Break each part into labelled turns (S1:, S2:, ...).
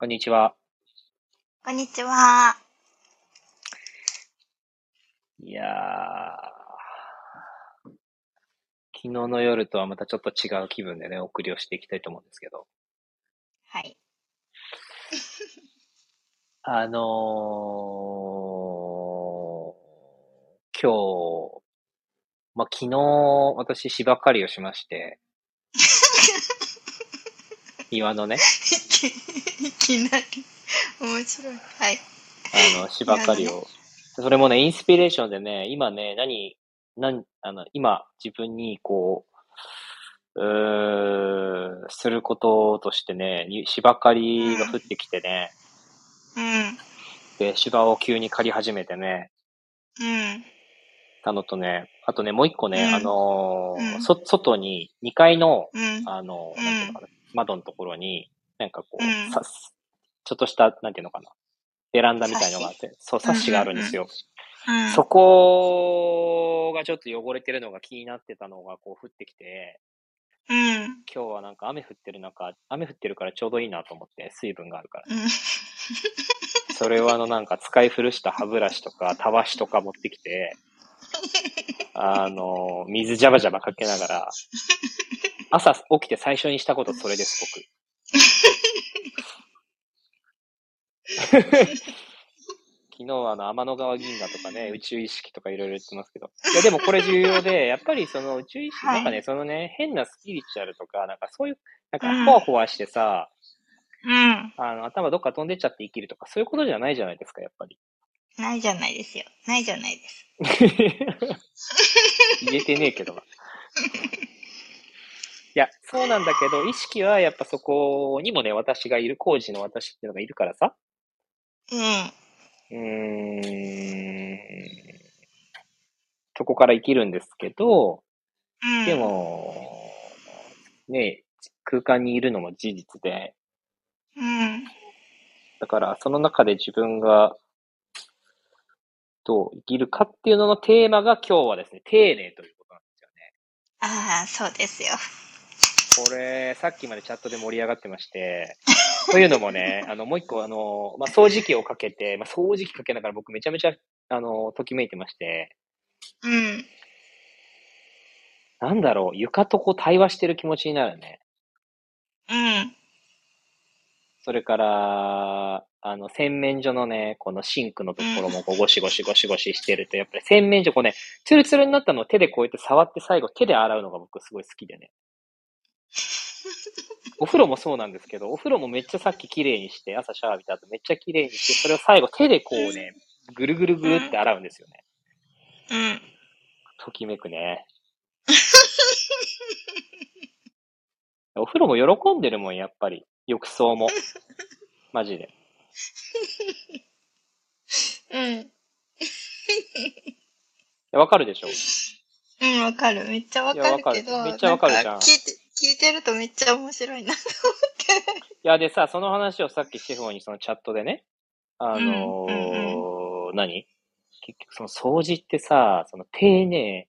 S1: こんにちは。
S2: こんにちは。
S1: いやー、昨日の夜とはまたちょっと違う気分でね、お送りをしていきたいと思うんですけど、
S2: はい。
S1: あのー、今日、まあ、昨日、私、芝刈りをしまして、庭のね、
S2: いきなり。面白い。はい。
S1: あの、芝刈り
S2: なる
S1: を。それもね、インスピレーションでね、今ね、何、何、あの、今、自分に、こう、うーすることとしてね、に芝刈りが降ってきてね、
S2: うん。
S1: で、芝を急に刈り始めてね、
S2: うん。
S1: なのとね、あとね、もう一個ね、
S2: うん
S1: あのー
S2: うん
S1: そ、外に、2階の、
S2: うん。
S1: あの
S2: うん
S1: なんていうのかな、窓のところに、なんかこう、
S2: うん
S1: さすちょっとした、なんていうのかな、ベランダみたいのがあって、そう、サッシがあるんですよ。
S2: うん。
S1: そこがちょっと汚れてるのが気になってたのがこう降ってきて、
S2: うん。うん。
S1: 今日はなんか雨降ってる中、雨降ってるからちょうどいいなと思って、水分があるから。それはあのなんか使い古した歯ブラシとか、たわしとか持ってきて、あの、水ジャバジャバかけながら、朝起きて最初にしたことそれです、 僕。昨日はあの天の川銀河とかね、宇宙意識とかいろいろ言ってますけど。いや、でもこれ重要で、やっぱりその宇宙意識、
S2: はい
S1: なんかね、そのね、変なスピリチュアルとか、なんかそういう、なん
S2: う
S1: か
S2: ん
S1: ほわほわしてさ、
S2: うん。
S1: あの、頭どっか飛んでっちゃって生きるとか、そういうことじゃないじゃないですか、やっぱり。
S2: ないじゃないですよ。ないじゃないです。
S1: 言えてねえけどな。いや、そうなんだけど、意識はやっぱそこにもね、私がいる、工事の私っていうのがいるからさ。
S2: うん。
S1: うーん。そこから生きるんですけど、
S2: うん。
S1: で。も、ね、空間にいるのも事実で、
S2: うん。
S1: だからその中で自分がどう生きるかっていうののテーマが今日はですね、丁寧ということなんですよね。
S2: ああ、そうですよ。
S1: これ、さっきまでチャットで盛り上がってまして、というのもね、あの、もう一個、あの、まあ、掃除機をかけて、まあ、掃除機かけながら僕めちゃめちゃ、あの、ときめいてまして、
S2: うん。
S1: なんだろう、床とこう対話してる気持ちになるね。
S2: うん。
S1: それから、あの、洗面所のね、このシンクのところもこうゴシゴシゴシゴシしてると、やっぱり洗面所こうね、ツルツルになったのを手でこうやって触って最後手で洗うのが僕すごい好きでね。お風呂もそうなんですけど、お風呂もめっちゃさっき綺麗にして、朝シャワー浴びた後めっちゃ綺麗にして、それを最後手でこうね、ぐるぐるぐるって洗うんですよね。
S2: うん。
S1: ときめくね。お風呂も喜んでるもん、やっぱり。浴槽も。マジで。
S2: うん。
S1: いやわかるでしょ
S2: うん、わかる。めっちゃわかるけ
S1: いやわか
S2: ど。
S1: るめっちゃわかるじゃん
S2: なか聞いて、聞いてるとめっちゃ面白いな。
S1: いや、でさ、その話をさっきシェフにそのチャットでね、あのー
S2: うん
S1: 何結局その掃除ってさ、その丁寧っ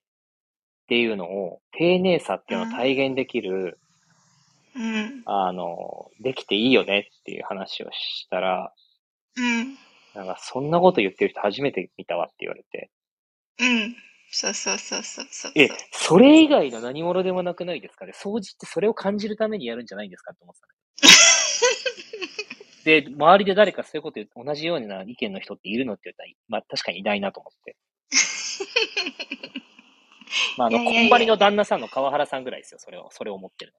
S1: ていうのを、丁寧さっていうのを体現できる、
S2: うん。
S1: あのー、できていいよねっていう話をしたら、
S2: うん。
S1: なんかそんなこと言ってる人初めて見たわって言われて、
S2: うん。そうそうそうそうそう。
S1: え、それ以外の何者でもなくないですかね掃除ってそれを感じるためにやるんじゃないんですかって思ってたので、 周りで誰かそういうこと言う同じような意見の人っているのって言ったら、まあ確かにいないなと思 って。まあ、あの、
S2: い
S1: こ
S2: やいやいや
S1: んばりの旦那さんの川原さんぐらいですよ、それを、それを思ってる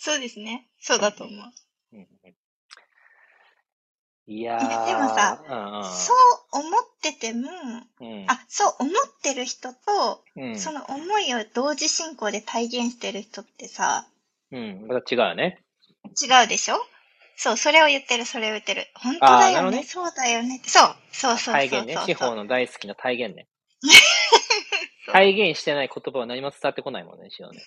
S2: そうですね。そうだと思う。
S1: の。うんうんいやー。
S2: でもさそう思ってても、
S1: んうん、うん、
S2: あ、そう思ってる人と、
S1: うん、
S2: その思いを同時進行で体現してる人ってさ、
S1: うん、また違うよね。
S2: 違うでしょそう、それを言ってる、それを言ってる。本当だ
S1: あーなる
S2: よ
S1: ほど
S2: ね、
S1: ね
S2: そうだよねって。そう、そうそうそう
S1: 体
S2: そう
S1: 現ね。司
S2: そ
S1: 法
S2: う。。
S1: の大好きな体現ね
S2: そう
S1: 体現してない言葉は何も伝わってこないもんね、司法ね。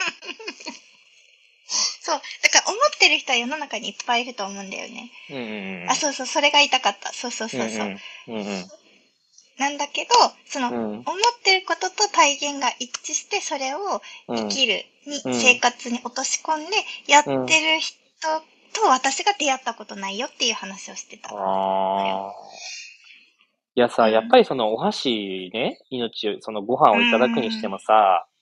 S2: そう、だから思ってる人は世の中にいっぱいいると思うんだよね。
S1: うんうんうん。
S2: あ、そうそう、それが言いたかった。そうそうそうそう。
S1: うんうん。
S2: なんだけど、その、
S1: うんうん
S2: 思ってることと体現が一致して、それを
S1: うん
S2: 生きるに、
S1: うん
S2: 生活に落とし込んでやってる人と、分私が出会ったことないよっていう話をしてた。
S1: ああ。いやさ、やっぱりそのお箸ね、命を、そのご飯をいただくにしてもさ、
S2: ん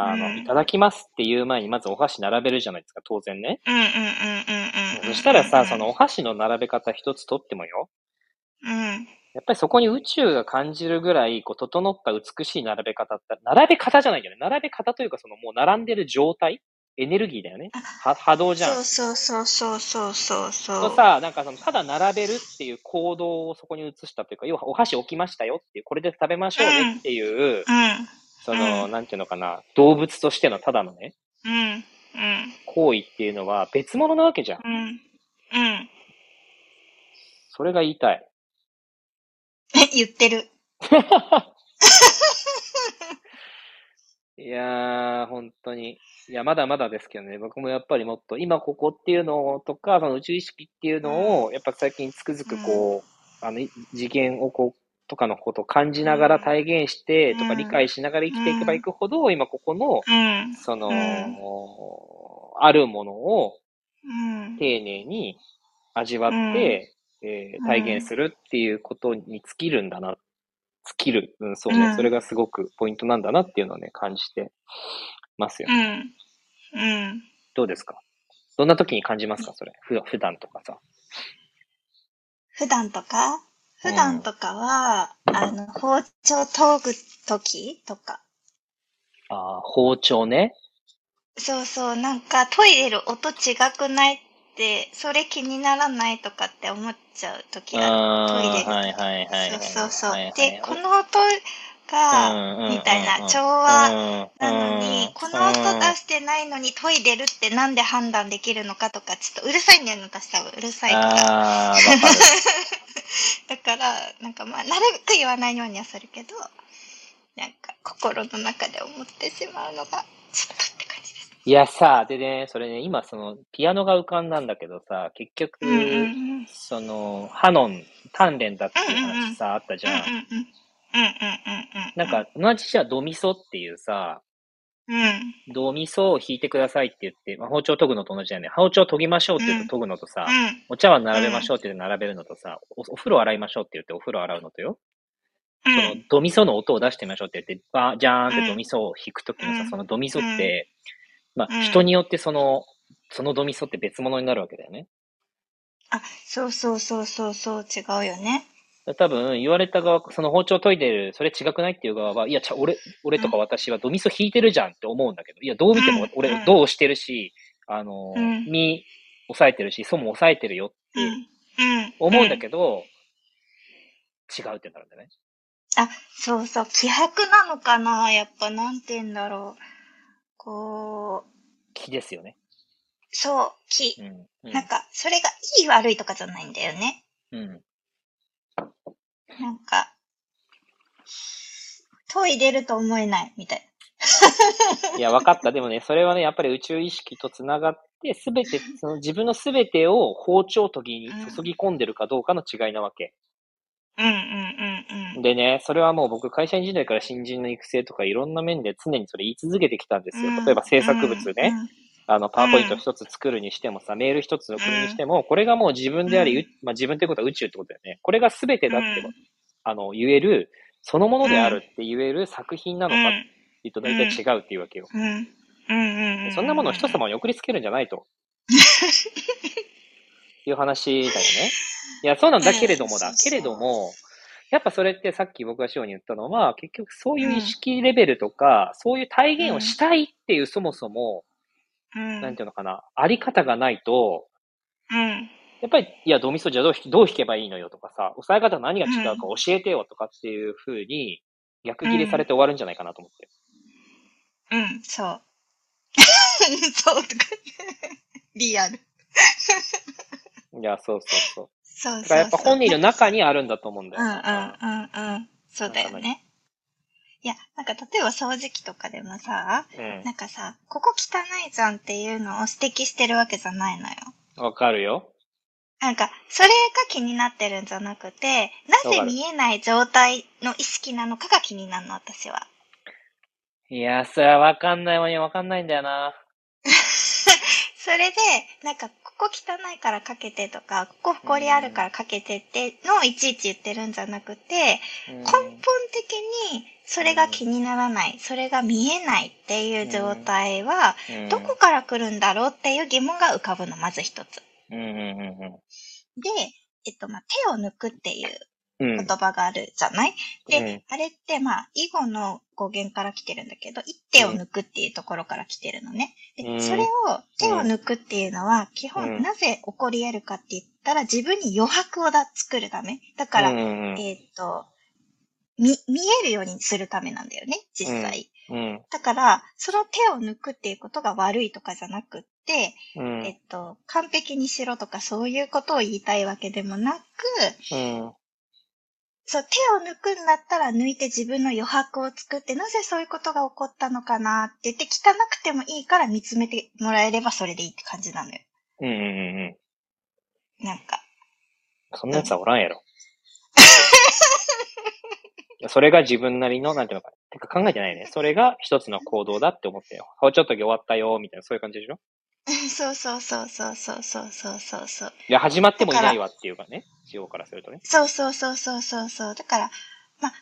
S1: あ
S2: うん
S1: の、いただきますっていう前にまずお箸並べるじゃないですか、当然ね。
S2: うんうんうんうんうんうん。
S1: そしたらさ、そのお、箸の並べ方一つとってもよ、
S2: うん。
S1: やっぱりそこに宇宙が感じるぐらい、こう、整った美しい並べ方って、並べ方じゃないよね。並べ方というか、そのもう並んでる状態エネルギーだよね。は波動じゃん。
S2: そうそうそうそうそうそうそ
S1: と
S2: う。
S1: さ、なんかその、ただ並べるっていう行動をそこに移したというか、要はお箸置きましたよっていう、これで食べましょうねっていう、
S2: うん
S1: その、
S2: うん
S1: なんていうのかな、動物としてのただのね、
S2: うんうん
S1: 行為っていうのは別物なわけじゃん。
S2: うんうん。
S1: それが言いたい。
S2: え言ってる。
S1: いやー、本当に。いや、まだまだですけどね、僕もやっぱりもっと、今ここっていうのとか、その宇宙意識っていうのを、やっぱ最近つくづくこう、あの、い次元をこう、とかのことを感じながら体現して、とか
S2: うん
S1: 理解しながら生きていけばいくほど、今ここの、
S2: うん
S1: その、
S2: う
S1: あるものを
S2: うん
S1: 丁寧に味わって、えー体現するっていうことに尽きるんだな。尽きる。うん、そうね。
S2: うん
S1: それがすごくポイントなんだなっていうのをね、感じてますよ。
S2: うんうん。
S1: どうですかどんな時に感じますかそれ。ふ普段とかさ。
S2: 普段とか
S1: うん
S2: 普段とかは、あの、包丁研ぐ時とか。
S1: ああ、包丁ね。
S2: そうそう、なんか研いでる音違くないって、それ気にならないとかって思っちゃう時がある。
S1: ああ
S2: トイレの時
S1: はいはいはいはい。
S2: そうそうそう。で、こ
S1: の
S2: の音が、みたいな調和なのに、この音出してないのに研いでるってなんで判断できるのかとか、ちょっとうるさいんだよね、私多分。うるさいから。
S1: ああー、わかる。
S2: だから、なんかまあ、なるべく言わないようにはするけど、なんか心の中で思ってしまうのが、ちょっとって感じです。
S1: いやさ、でね、それね、今その、ピアノが浮かんだんだけどさ、結局、
S2: うんうんうん。
S1: その、ハノン、鍛錬だっていう話さ、あったじ
S2: うんうん
S1: ゃん。
S2: うん。うんうんうんうん。
S1: なん、か、同じじゃあドミソっていうさ、
S2: うん。
S1: ドミソを弾いてくださいって言って、まあ、包丁研ぐのと同じだよね。包丁研ぎましょうって言うと研ぐのとさ、
S2: うん。
S1: お茶碗並べましょうって言って並べるのとさ、おお風呂洗いましょうって言ってお風呂洗うのとよ。
S2: う
S1: そ
S2: ん。
S1: のドミソの音を出してみましょうって言って、バージャーンってドミソを弾くときの
S2: う
S1: さ、
S2: ん
S1: そのドミソって、ま
S2: う
S1: あ
S2: ん
S1: 人によってその、そのドミソって別物になるわけだよね。
S2: あ、そうそうそうそうそう、違うよね。
S1: 多分言われた側、その包丁研いでる、それ違くないっていう側は、いや、ちゃ俺、俺とか私はドミソ弾いてるじゃんって思うんだけど、いや、どう見て
S2: う
S1: も
S2: んう
S1: 俺、
S2: ん
S1: どうしてるし、あの、
S2: うん
S1: み、抑えてるし、そも抑えてるよっ
S2: う
S1: て
S2: ん。うん。
S1: 思うんだ
S2: ど。
S1: けど、違うってなるんだね。
S2: あ、そうそう、気迫なのかなやっぱ、なんて言うんだろう。こう、
S1: 気ですよね。
S2: そう、気
S1: う。ん。うん
S2: なんか、それがいい悪いとかじゃないんだよね。
S1: うん。
S2: なんか、トイレると思えないみたい
S1: いや、分かった。でもね、それはね、やっぱり宇宙意識とつながって、すべて、その自分のすべてを包丁研ぎに注ぎ込んでるかどうかの違いなわけ。
S2: な。うんうんうんうん。
S1: でね、それはもう僕、会社員時代から新人の育成とかいろんな面で常にそれ言い続けてきたんですよ。例えば制作物ね、。あの、パワーポイント一つ作るにしてもさ、メール一つ送るにしても、これがもう自分であり、
S2: う
S1: うまあ自分ってことは宇宙ってことだよね。これが全てだって、あの、言える、そのものであるって言える作品な
S2: な
S1: のかって言うと大体違うっていうわけよ。
S2: うんうんうんうん。
S1: そんなものを人様に送りつけるんじゃないと。 いう話だよね。いや、そうなんだけれど も
S2: う
S1: だ
S2: ん。
S1: けれども、やっぱそれってさっき僕が師匠に言ったのは、結局そういう意識レベルとか、そういう体現をしたいっていうそもそも、
S2: うん。
S1: なんていうのかな、あり方がないと、
S2: うん。
S1: やっぱり、いや、ドミソじゃどう弾どう弾けばいいのよとかさ、抑え方何が違うか教えてよとかっていうふうに、逆切れされて終わるんじゃないかなと思って。
S2: うん、そう。 そうとか。リアル。
S1: いや、そうそうそう。
S2: そうそうそう。
S1: だからやっぱ本人の中にあるんだと思うんだ
S2: う
S1: よ。
S2: んうんうんうん。そうだよね。いや、なんか例えば掃除機とかでもさ、
S1: うん
S2: なんかさ、ここ汚いじゃんっていうのを指摘してるわけじゃないのよ。
S1: わかるよ。
S2: なんか、それが気になってるんじゃなくて、なぜ見えない状態の意識なのかが気になるの、私は。
S1: いや、それはわかんないわにわかんないんだよな。
S2: それで、なんか、ここ汚いからかけてとか、ここ埃あるからかけてってのをいちいち言ってるんじゃなくて、根本的にそれが気にならない、それが見えないっていう状態は、どこから来るんだろうっていう疑問が浮かぶの、まず一つ。
S1: うんうんうんうん
S2: で、えっと、まあ、手を抜くっていう言葉があるじゃない、で、
S1: うん
S2: あれって、まあ、囲碁の語源から来てるんだけど、一手を抜くっていうところから来てるのね。
S1: う
S2: で
S1: ん
S2: それを、手を抜くっていうのは、基
S1: うん
S2: 本なぜ起こり得るかって言ったら、自分に余白をだ作るため。だから、
S1: うんうん
S2: えーっと、み、見えるようにするためなんだよね、実際。
S1: うん
S2: だから、その手を抜くっていうことが悪いとかじゃなくって、
S1: うん
S2: えっと、完璧にしろとかそういうことを言いたいわけでもなく、
S1: うん
S2: そう、手を抜くんだったら抜いて自分の余白を作って、なぜそういうことが起こったのかなって言って、汚くてもいいから見つめてもらえればそれでいいって感じなのよ。
S1: うんうんうん。
S2: なんか。
S1: そんなやつはおらんやろ。それが自分なりの、なんていうのか、てか考えてないね。それが一つの行動だって思ってよ。あちょっと終わったよ、みたいな、そういう感じでしょ
S2: そうそうそうそうそうそうそうそうそう。
S1: いや、始まってもいないわっていうかね、地方からするとね。
S2: そうそうそうそうそうそう。だから、まあ、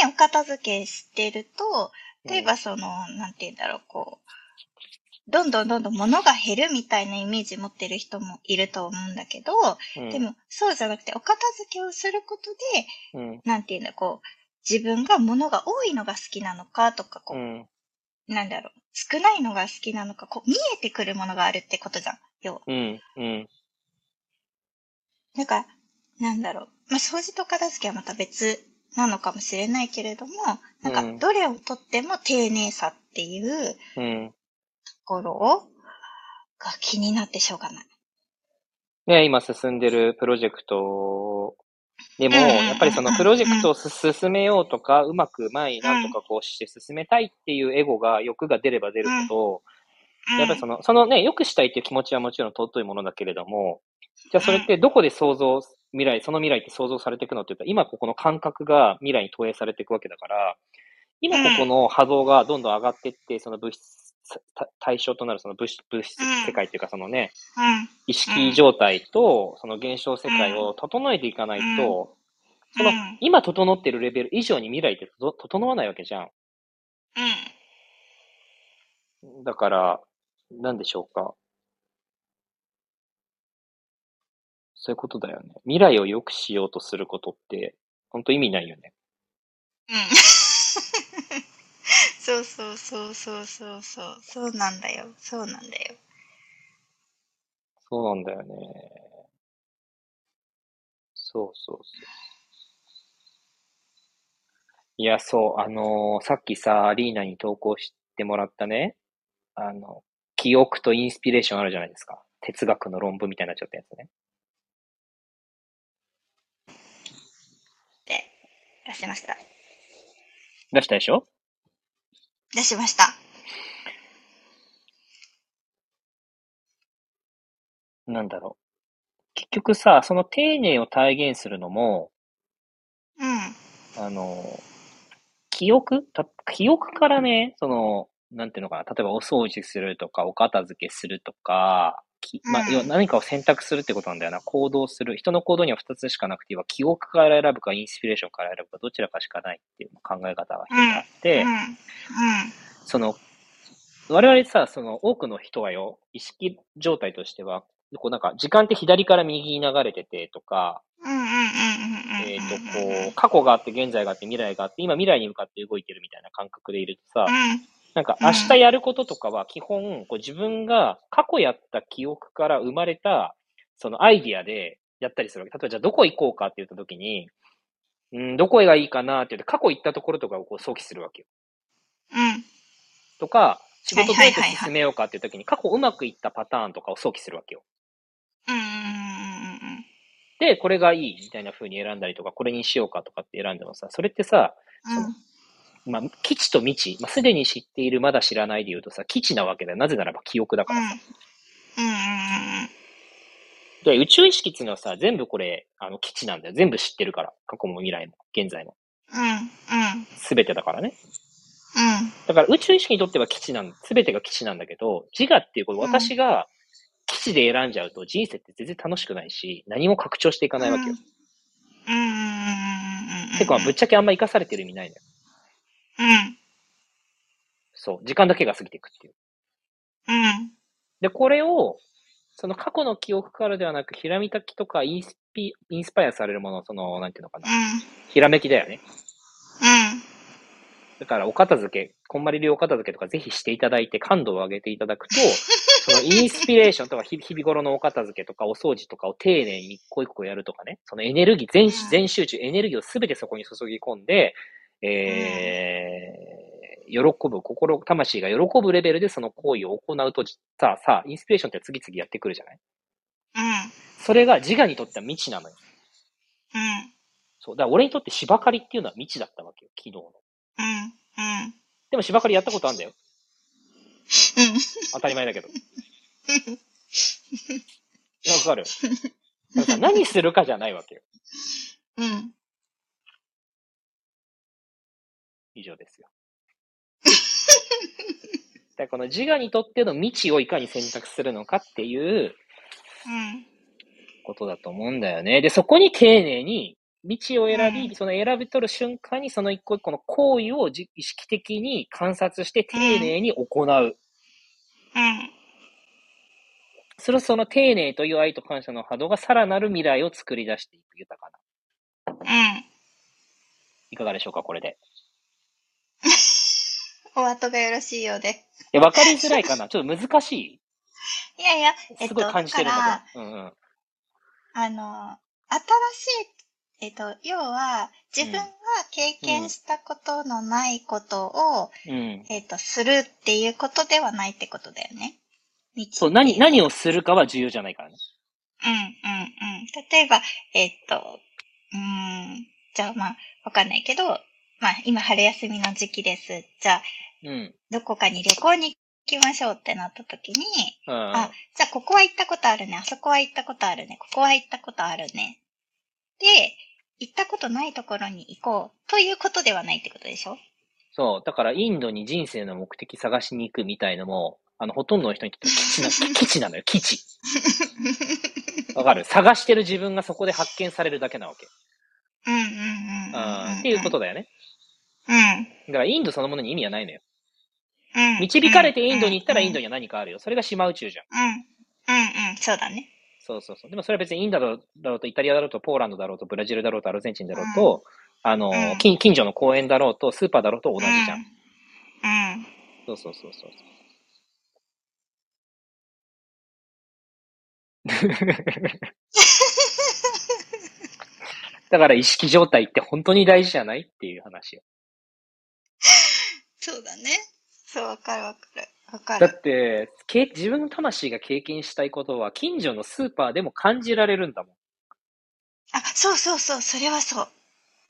S2: ね、お片付けしてると、例えばその、なんて言うんだろう、こう、どんどんどんどん物が減るみたいなイメージ持ってる人もいると思うんだけど、
S1: うん、
S2: でも、そうじゃなくて、お片付けをすること
S1: う
S2: で、
S1: ん、
S2: なんていうんだ、こう、自分が物が多いのが好きなのかとか、
S1: う
S2: こう、
S1: ん、
S2: なんだろう、少ないのが好きなのか、こう、見えてくるものがあるってことじゃん。要は
S1: うん、うん、
S2: なんか、なんだろう。まあ、掃除と片付けはまた別なのかもしれないけれども、な
S1: うん
S2: んか、どれをとっても丁寧さっていうと
S1: うん。
S2: ころが気になってしょうがない。
S1: ね、今進んでるプロジェクトでも、
S2: うんうんうん
S1: やっぱりそのプロジェクトをす進めようとか、うまく前になんとかこうして進めたいっていうエゴが、欲が出れば出るほど、やっぱりその、そのね、良くしたいっていう気持ちはもちろん尊いものだけれども、じゃあそれってどこで想像、未来、その未来って想像されていくのって言ったら、今ここの感覚が未来に投影されていくわけだから、今ここの波動がどんどん上がっていって、その物質、た対象となるその物質、物質
S2: うん
S1: 世界っていうかそのね、
S2: うん、うん、
S1: 意識状態と、その現象世界を整えていかないと、その
S2: うん、
S1: 今整ってるレベル以上に未来ってと整わないわけじゃん。
S2: うん。
S1: だから、なんでしょうか。そういうことだよね。未来を良くしようとすることって、本当意味ないよね。
S2: うんそうそうそうそうそうそうそうなんだよそうなんだよ
S1: そうなんだよね。そうそうそう。いや、そう、あのーさっきさ、アリーナに投稿してもらったね、あの、記憶とインスピレーションあるじゃないですか。哲学の論文みたいになっちゃったやつね。
S2: で出しました
S1: 出したでしょ
S2: 出しました
S1: なんだろう。結局さ、その丁寧を体現するのも、
S2: うん
S1: あの、記憶た記憶からね、その、なんていうのかな、例えばお掃除するとか、お片付けするとか、きまあ、
S2: うん
S1: 要は何かを選択するってことなんだよな。行動する。人の行動には2つしかなくて、今、記憶から選ぶか、インスピレーションから選ぶか、どちらかしかないっていう考え方が一つあって、
S2: うんうん
S1: その、我々さ、その多くの人はよ、意識状態としては、こうなんか、時間って左から右に流れててとか、
S2: うんうんうんうんうん
S1: えっ、と、
S2: うんうんうん
S1: こう、過去があって、現在があって、未来があって、今未来に向かって動いてるみたいな感覚でいるとさ、なんか
S2: うん
S1: 明日やることとかは基本、こう自分が過去やった記憶から生まれた、そのアイディアでやったりするわけ。例えばじゃあどこ行こうかって言った時に、うん、どこがいいかなって言って、過去行ったところとかをこう想起するわけよ。
S2: うんうん
S1: とか、仕事どうやって
S2: はいはいはいはい
S1: 進めようかっていう時に、過去うまくいったパターンとかを想起するわけよ。
S2: うんうんうんうん
S1: で、これがいいみたいな風に選んだりとか、これにしようかとかって選んでもさ、それってさ、
S2: うんうん
S1: まあ、基地と未知、まあ、すでに知っている、まだ知らないで言うとさ、基地なわけだよ。なぜならば記憶だからさ。
S2: うんうん
S1: で、宇宙意識っていうのはさ、全部これ、あの、基地なんだよ。全部知ってるから。過去も未来も、現在も。
S2: うんうん
S1: すべてだからね。
S2: うん
S1: だから宇宙意識にとっては基地なん、すべてが基地なんだけど、自我っていうこれ
S2: うん
S1: 私がチで選んじゃうと人生って全然楽しくないし、何も拡張していかないわけよ。
S2: うんうんうんうんうんうんうん。
S1: てか、ぶっちゃけあんま生かされてる意味ないのよ。
S2: うん。
S1: そう。時間だけが過ぎていくっていう。
S2: うん。
S1: で、これを、その過去の記憶からではなく、ひらめきとかインスピ、インスパイアされるもの、その、なんていうのかな
S2: う。ん。
S1: ひらめきだよね。
S2: うん。
S1: だから、お片付け、こんまり流お片付けとかぜひしていただいて、感度を上げていただく と、そのインスピレーションとか、日々日々頃のお片付けとか、お掃除とかを丁寧に一個一個やるとかね、そのエネルギー、全
S2: うん
S1: 全集中、エネルギーをすべてそこに注ぎ込んで、えー、喜ぶ、心、魂が喜ぶレベルでその行為を行うと、さあさあ、インスピレーションって次々やってくるじゃない
S2: うん。
S1: それが自我にとっては未知なのよ。
S2: うん。
S1: そう。だから俺にとって芝刈りっていうのは未知だったわけよ、昨日の。
S2: うん。うん。
S1: でも芝刈りやったことあるんだよ。
S2: うん。
S1: 当たり前 だけど。わかる。だからさ何するかじゃないわけよ。
S2: うん。
S1: 以上ですよ。だからこの自我にとっての未知をいかに選択するのかっていう
S2: うん。
S1: ことだと思うんだよね。で、そこに丁寧に未知を選び、
S2: うん
S1: その選び取る瞬間にその一個一個の行為をじ意識的に観察して丁寧に行う。
S2: うん。
S1: それはその丁寧という愛と感謝の波動がさらなる未来を作り出していく豊かな。
S2: うん。
S1: いかがでしょうか、これで。
S2: お後がよろしいようで。
S1: いや、わかりづらいかな。ちょっと難し い。
S2: いやいや、え
S1: す
S2: っと、
S1: ごい
S2: だ
S1: 感じて
S2: か
S1: るの
S2: ら
S1: が、。うんうん。
S2: あの、新しい、えっと、要は、自分が経験したことのないことを、
S1: うん。
S2: えっと、するっていうことではないってことだよね。道
S1: そう、何、何をするかは重要じゃないからね。
S2: うん、うん、うん。例えば、えっと、うーん、じゃあまあ、わかんないけど、まあ、今春休みの時期です。じゃあ、
S1: うん。
S2: どこかに旅行に行きましょうってなった時に、
S1: うん。
S2: あ、じゃあここは行ったことあるね、あそこは行ったことあるね、ここは行ったことあるね。で、行ったことないところに行こうということではないってことでしょ
S1: そう。だから、インドに人生の目的探しに行くみたいのも、あの、ほとんどの人にとって基地な、 基地なのよ、基地。わかる探してる自分がそこで発見されるだけなわけ。
S2: うんうんうんうん
S1: うん
S2: ん。。
S1: っていうこと
S2: だ。
S1: だよね。
S2: う
S1: だ
S2: ん。
S1: から、インドそのものに意味はないのよ。
S2: うん
S1: 導かれてインドに行ったらインド
S2: に。
S1: には何かあるよ。それが島宇宙じゃん。
S2: うん。うんうん、そうだね。
S1: そうそうそう。でもそれは別にインドだろうだろうと、イタリアだろうと、ポーランドだろうと、ブラジルだろうと、アルゼンチンだろうと、あの、
S2: うん
S1: 近近所の公園だろうと、スーパーだろうと同じじゃん。
S2: うん。うん。
S1: そうそうそうそう。だから意識状態って本当に大事じゃないっていう話よ。
S2: そうだね。そう、わかるわかる。わか
S1: だ
S2: る。
S1: って、け自分の魂が経験したいことは、近所のスーパーでも感じられるんだもん。
S2: あ、そうそうそう、それはそう。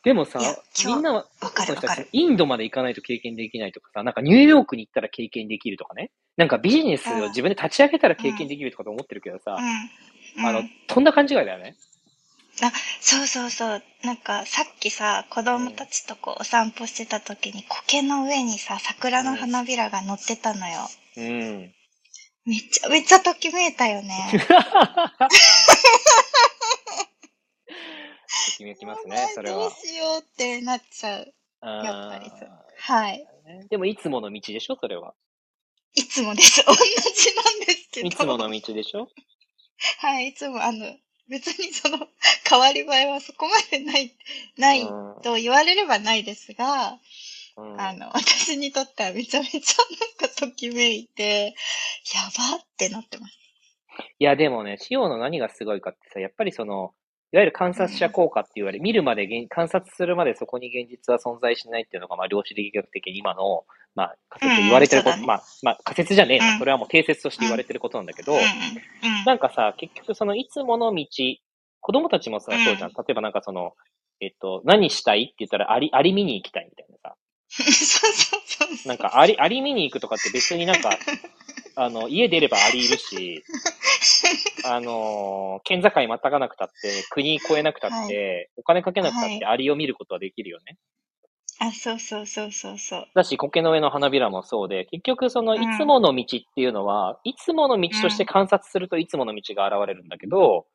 S1: でもさ
S2: いや、今日
S1: みんなは、
S2: わかるわかる
S1: そうそうインドまで行かないと経験できないとかさ、なんかニューヨークに行ったら経験できるとかね。なんかビジネスを自分で立ち上げたら経験できるとかと思ってるけどさ、
S2: うん。
S1: あ
S2: う
S1: の
S2: ん、、
S1: とんだ勘違いだよね。
S2: そうそうそう。なんか、さっきさ、子供たちとこう、お散歩してた時に、苔の上にさ、桜の花びらが乗ってたのよ。
S1: うん。
S2: めちゃめちゃときめいた よね。
S1: ときめきますね、それ
S2: どう
S1: は。
S2: しようってなっちゃう。やっぱりそう
S1: あ
S2: はい。
S1: ーでも、いつもの道でしょ、それは。
S2: いつも です。同じなんですけど。
S1: いつもの道でしょ。
S2: はい、いつもあの、別にその、 変わり映えはそこまでない、ない
S1: うん
S2: と言われればないですが、
S1: うん
S2: あの、私にとってはめちゃめちゃなんかときめいて、やばってなってます。
S1: いや、でもね、塩の何がすごいかってさ、やっぱりその、いわゆる観察者効果って言われ、見るまで現、観察するまでそこに現実は存在しないっていうのが、まあ、量子力学的に今の、まあ、仮説言われてること、
S2: うんそうだね
S1: まあ、まあ、仮説じゃねえな、
S2: うん
S1: それはもう定説として言われてることなんだけど、
S2: うんうん。
S1: なんかさ、結局そのいつもの道、子供たちもさ
S2: う、ん
S1: そうじゃん。例えばなんかその、えっと、何したいって言ったら、アリ、アリ見に行きたいみたいなさ。
S2: そうそうそうそう。
S1: なんか、アリ、アリ見に行くとかって別に なんか、あの、家出ればアリいるし、あのー県境またがなくたって、国越えなくたって、お金かけなくたっ
S2: はい
S1: てアリを見ることはできるよね。
S2: あ、そうそうそうそうそう。
S1: だし、苔の上の花びらもそうで、結局その
S2: うん
S1: いつもの道っていうのは、いつもの道として観察するといつもの道が現れるんだけど、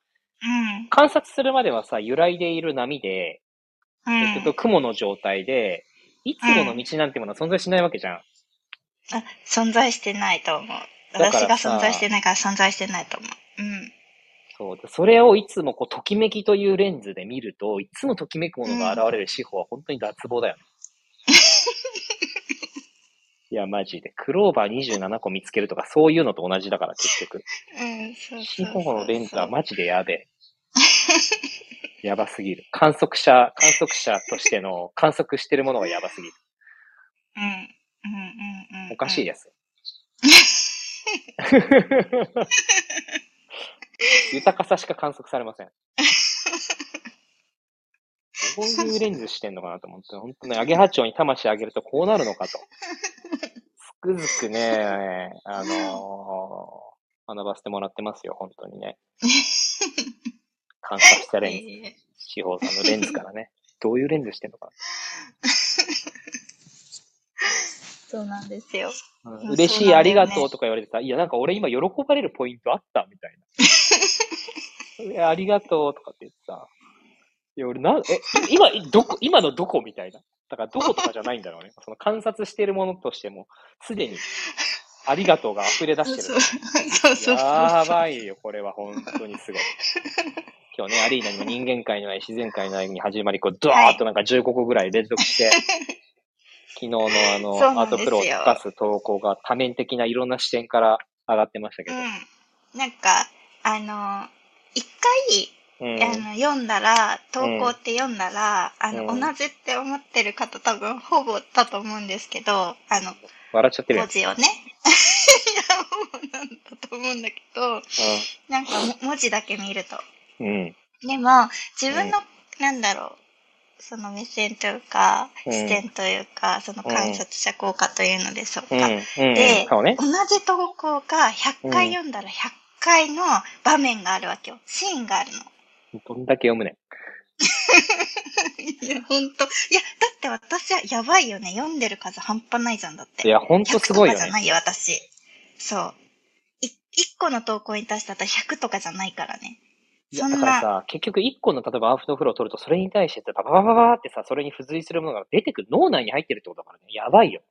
S2: うん。
S1: 観察するまではさ、揺らいでいる波で、
S2: うん。
S1: 結局雲の状態で、いつもの道なんてものは存在しないわけじゃん。
S2: あ、存在してないと思う。
S1: だから
S2: 私が
S1: さ
S2: 存在してないから存在してないと思う。うん。
S1: そう。それをいつもこう、ときめきというレンズで見ると、いつもときめくものが現れる司法は本当に脱帽だ よね。いや、マジで。クローバー27個見つけるとか、そういうのと同じだから、結局。
S2: うん、そうそ
S1: 司
S2: うそ
S1: 法
S2: うそう。
S1: のレンズはマジでやべ え。やばすぎる。観測者、観測者としての、観測してるものがやばすぎる。
S2: うん。うんうんうんうん。
S1: おかしい
S2: や。
S1: や つ。豊かさしか観測されませ ん。どういうレンズしてんのかなと思って、本当ね、アゲハチョウに魂あげるとこうなるのかと。つくづくね、あのー学ばせてもらってますよ、本当に ね。観察したレンズ、
S2: いいえ
S1: 司法さんのレンズからね。どういうレンズしてんのか
S2: そうなんですよ。
S1: な、
S2: いや
S1: 嬉し
S2: そう
S1: い、
S2: な
S1: あ
S2: んだ
S1: り
S2: よね
S1: がとうとか言われてさ、いや、なんか俺今喜ばれるポイントあったみたいな。い や、ありがとうとかって言ってさ、いや、俺な、え、今、どこ、今のどこみたいな。だからどことかじゃないんだろうね。その観察してるものとしても、すでに、ありがとうが溢れ出してる
S2: そう。そうそうそう。
S1: やばいよ、これは本当にすごい。今日ね、アリーナにも人間界の愛、自然界の愛に始まり、こう、ドワーッとなんか15個ぐらい連続して、昨日のあの、
S2: そう
S1: ア
S2: なん
S1: ート
S2: です
S1: プ
S2: よ
S1: ロを生かす投稿が多面的ないろんな視点から上がってましたけど。
S2: うん。なんか、あの、一回、
S1: うん。
S2: あの読んだら投稿って読んだら、あの
S1: うん
S2: 同じって思ってる方多分ほぼだと思うんですけどあの
S1: 笑っちゃってるや
S2: 文
S1: ん。
S2: 字をね いやほぼなんだと思うんだけどなんかも文字だけ見ると
S1: うん。うん。
S2: でも自分の、なんだろうその目線というか
S1: うん
S2: 視点というか、その観察者効果というのでしょう
S1: う
S2: か、
S1: ん。うん。
S2: で、
S1: そうね。
S2: 同じ投稿が100回読んだら100回の場面があるわけよシーンがあるの。
S1: どんだけ読むねん。
S2: いや、ほんと。いや、だって私はやばいよね。読んでる数半端ないじゃん、だって。
S1: いや、ほんと
S2: 100
S1: す
S2: と
S1: ごい
S2: か
S1: よ
S2: じゃ
S1: ね。
S2: ないよ、私。そう。い、1個の投稿に対してだったら100とかじゃないからね。
S1: い
S2: そ
S1: や
S2: ん
S1: だから
S2: な、
S1: さ、結局一個の例えばアーフトフローを取ると、それに対してさ、バババババーってさ、それに付随するものが出てくる、脳内に入ってるってことだからね。やばいよ。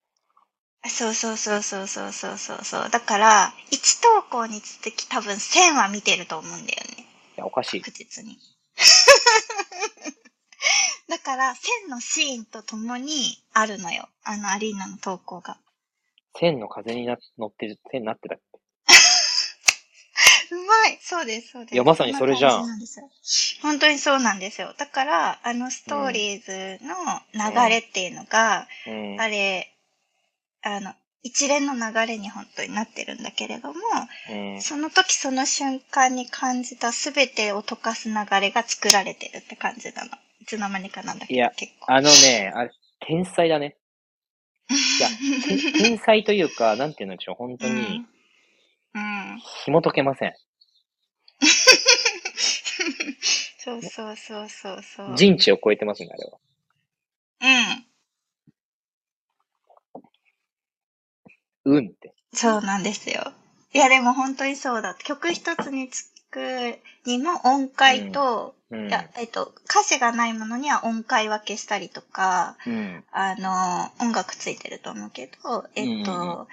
S2: そうそうそうそうそうそうそうそう。だから、1投稿につき多分1000は見てると思うんだよね。
S1: いや、おかしい。
S2: 確実に。 だから、1000のシーンとともにあるのよ。あのアリーナの投稿が。
S1: 線の風にな乗ってる、線になってた。
S2: うまいそうです、そうです。
S1: いやまさにそれじゃん
S2: こな感なんですよ。本当にそうなんですよ。だから、あのストーリーズの流れっていうのが、
S1: うん。
S2: あれ、あの、一連の流れに本当になってるんだけれども、
S1: うん。
S2: その時その瞬間に感じた全てを溶かす流れが作られてるって感じなの。いつの間にかなんだけ
S1: い
S2: ど
S1: や、
S2: 結構。
S1: あのね、あれ、天才だ ね。いや、て天才というか、なんていうんでしょう、本当
S2: うん。う
S1: に、
S2: ん。
S1: 紐解けません。
S2: そうそうそうそうそう。うん。
S1: 人知を超えてますね、あれは。うんって。
S2: そうなんですよ。いや、でも本当にそうだ。曲一つにつくにも音階と、
S1: うん
S2: い。や、えっと、歌詞がないものには音階分けしたりとか、
S1: うん。
S2: あの、音楽ついてると思うけど、えっと、
S1: うんうん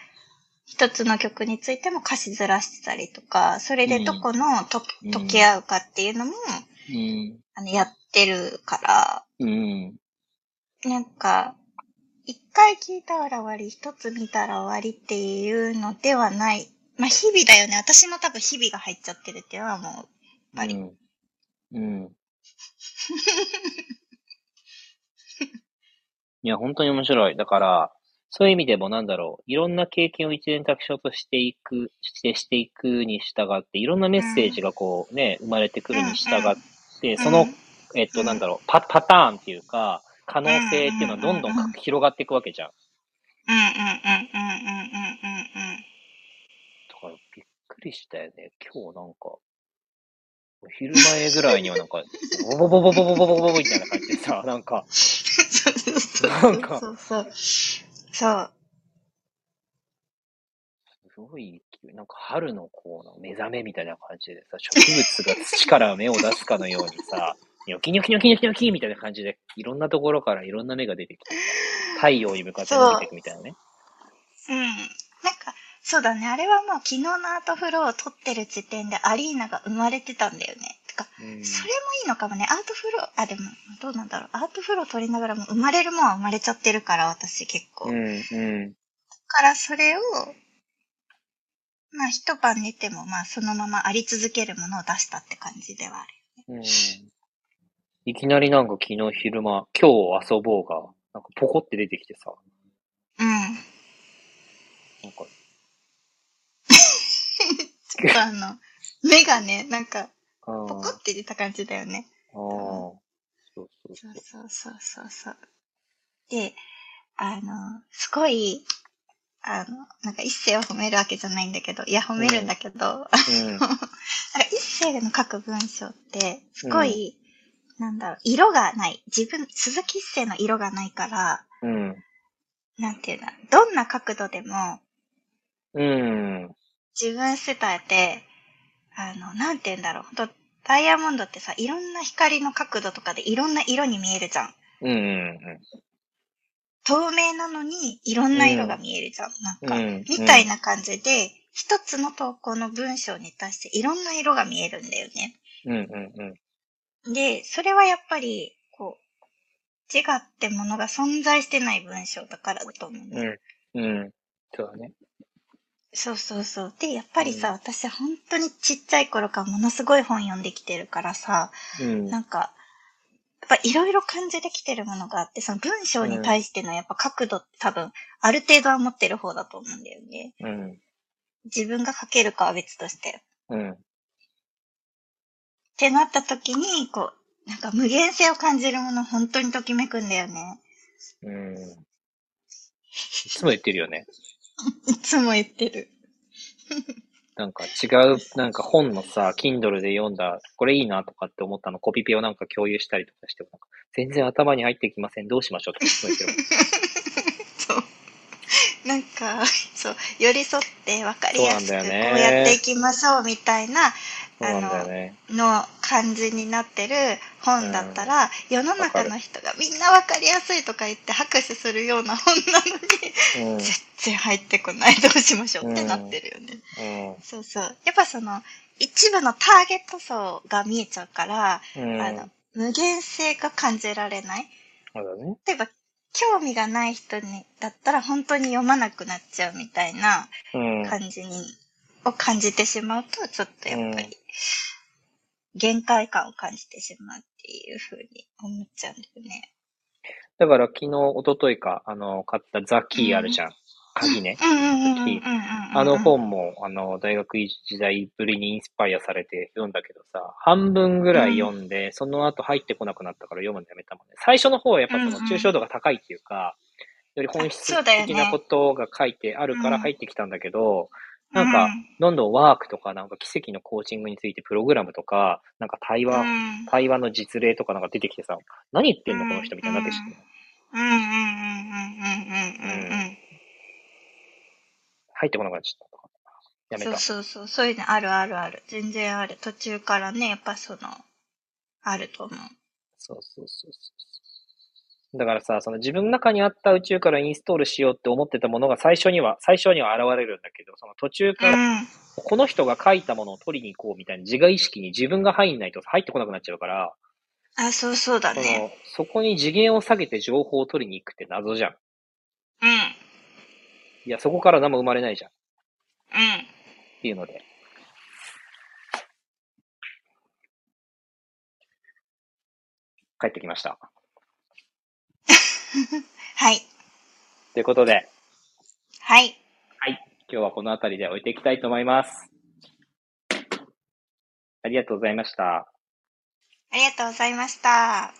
S2: 一つの曲についても歌詞ずらしてたりとか、それでどこのと、
S1: うん
S2: 溶け合うかっていうのも、
S1: うん。
S2: あの、やってるから、
S1: うん。
S2: なんか、一回聞いたら終わり、一つ見たら終わりっていうのではない。まあ、日々だよね。私の多分日々が入っちゃってるっていうのはもう、やっぱり。
S1: う ん。うん。いや、本当に面白い。だから、そういう意味でもなんだろう。いろんな経験を一連択肢としていく、して、していくに従って、いろんなメッセージがこうね、生まれてくるに従って、その、えっ
S2: う
S1: と、
S2: ん
S1: なんだろう、パ、パターンっていうか、可能性っていうのはどんどん
S2: うんうんうん
S1: 広がっていくわけじゃん。
S2: うんうんうんうんうんうんうんうん。
S1: だからびっくりしたよね。今日なんか、お昼前ぐらいにはなんか、ボボボボボボボボボボみたいな感じでさ、なんか、
S2: そうそ
S1: なんか
S2: そうそう。そう。
S1: すごい勢い、なんか春のこう、目覚めみたいな感じでさ、植物が土から芽を出すかのようにさ、ニョキニョキニョキニョキニョキみたいな感じで、いろんなところからいろんな芽が出てきて、太陽に向かって伸びていくみたいなね。
S2: うん。なんか、そうだね。あれはもう昨日のアートフローを撮ってる時点でアリーナが生まれてたんだよね。てか、
S1: うん
S2: それもいいのかもね。アートフロー、あ、でも、どうなんだろう。アートフロー撮りながらも生まれるもんは生まれちゃってるから、私結構。
S1: う
S2: だ
S1: ん、うん。
S2: からそれを、まあ一晩寝ても、まあそのままあり続けるものを出したって感じではある。
S1: うんいきなりなんか昨日昼間、今日遊ぼうが、なんかポコって出てきてさ、
S2: うん。
S1: なんか、
S2: ちょっとあ の、目がね、なんか、
S1: あー
S2: ポコって出た感じだよね。
S1: あー、そうそう
S2: そ
S1: そうう。
S2: そうそうそうそう。で、あの、すごい、あの、なんか一世を褒めるわけじゃないんだけど、いや褒めるんだけど、なんか
S1: うん、
S2: 一世の書く文章って、すごい、なんだろう、色がない。自分、鈴木一世の色がないから、
S1: うん、
S2: なんていうんだ、どんな角度でも、
S1: うん、
S2: 自分世帯って、あの、なんて言うんだろう。ほんとダイヤモンドってさ、いろんな光の角度とかでいろんな色に見えるじゃん。
S1: うん、うん、
S2: 透明なのにいろんな色が見えるじゃん。
S1: う
S2: なんか、
S1: ん。
S2: みたいな感じで、一つの投稿の文章に対していろんな色が見えるんだよね。
S1: うん、うん、うん、
S2: で、それはやっぱり、こう、自我ってものが存在してない文章だからだと思うんだよね
S1: うん、うん。そうだね。
S2: そうそうそう。で、やっぱりさ、
S1: うん
S2: 私本当にちっちゃい頃からものすごい本読んできてるからさ、
S1: うん、
S2: なんか、やっぱいろいろ感じてきてるものがあって、その文章に対してのやっぱ角度って多分、ある程度は持ってる方だと思うんだよね。
S1: うん、
S2: 自分が書けるかは別として。
S1: うん、
S2: ってなった時に、こう、なんか無限性を感じるもの本当にときめくんだよね。
S1: うん。いつも言ってるよね。
S2: いつも言ってる。
S1: なんか違う、なんか本のさ、Kindle で読んだ、これいいなとかって思ったの、コピペをなんか共有したりとかしても、なんか全然頭に入ってきません、どうしましょうとか言ってる。
S2: そう。なんか、そう、寄り添って分かりやすく
S1: そうな
S2: こ
S1: ん
S2: う
S1: だよね
S2: やっていきましょうみたいな
S1: そうなんだよね。
S2: の感じになってる本だったら、世の中の人がみんな分かりやすいとか言って拍手するような本なの
S1: う
S2: に、
S1: ん。
S2: 全然入ってこない、どうしましょうって
S1: うん
S2: なってるよね。
S1: うん
S2: そうそう。やっぱその、一部のターゲット層が見えちゃうから、
S1: うん。
S2: あの、無限性が感じられない。
S1: そうだね。
S2: 例えば興味がない人にだったら本当に読まなくなっちゃうみたいな
S1: うん。
S2: 感じに、を感じてしまうとちょっとやっ
S1: う
S2: ぱ
S1: ん
S2: り限界感を感じてしまうっていうふうに思っちゃうんだよね。
S1: だから昨日、一昨日か、あの、買ったザ・キーあるじゃん。鍵ね。
S2: うんうんうんうんうんうん
S1: 時
S2: うん。
S1: あの本も、あの、大学時代ぶりにインスパイアされて読んだけどさ、半分ぐらい読んで、その後入ってこなくなったから読むのやめたもんね。最初の方はやっぱその
S2: うんうん
S1: 抽象度が高いっていうか、より本質
S2: そうだよね
S1: 的なことが書いてあるから入ってきたんだけど、なん
S2: う
S1: か、どんどんワークとか、なんか奇跡のコーチングについてプログラムとか、なんか対
S2: うん、う
S1: 話、
S2: ん
S1: 対話の実例とかなんか出てきてさ、何言ってんのこの人みたいになってき
S2: うん
S1: て。
S2: うんうんうんうんうんうんうん
S1: 入ってこなくなっちゃった。やめ
S2: そう
S1: た。
S2: そうそう、そういうのあるあるある。全然ある。途中からね、やっぱその、あると思う。
S1: そうそうそうそう。だからさ、その自分の中にあった宇宙からインストールしようって思ってたものが最初には、最初には現れるんだけど、その途中
S2: う
S1: から
S2: ん。
S1: この人が書いたものを取りに行こうみたいな自我意識に自分が入んないと入ってこなくなっちゃうから、
S2: あ、そうそうだ
S1: そ
S2: ね。
S1: のそこに次元を下げて情報を取りに行くって謎じゃん。
S2: うん。うん。
S1: いや、そこから何も生まれないじゃん。っていうので。帰ってきました。
S2: はい。
S1: ということで、
S2: はい。
S1: 今日はこの辺りで置いていきたいと思います。ありがとうございました。
S2: ありがとうございました。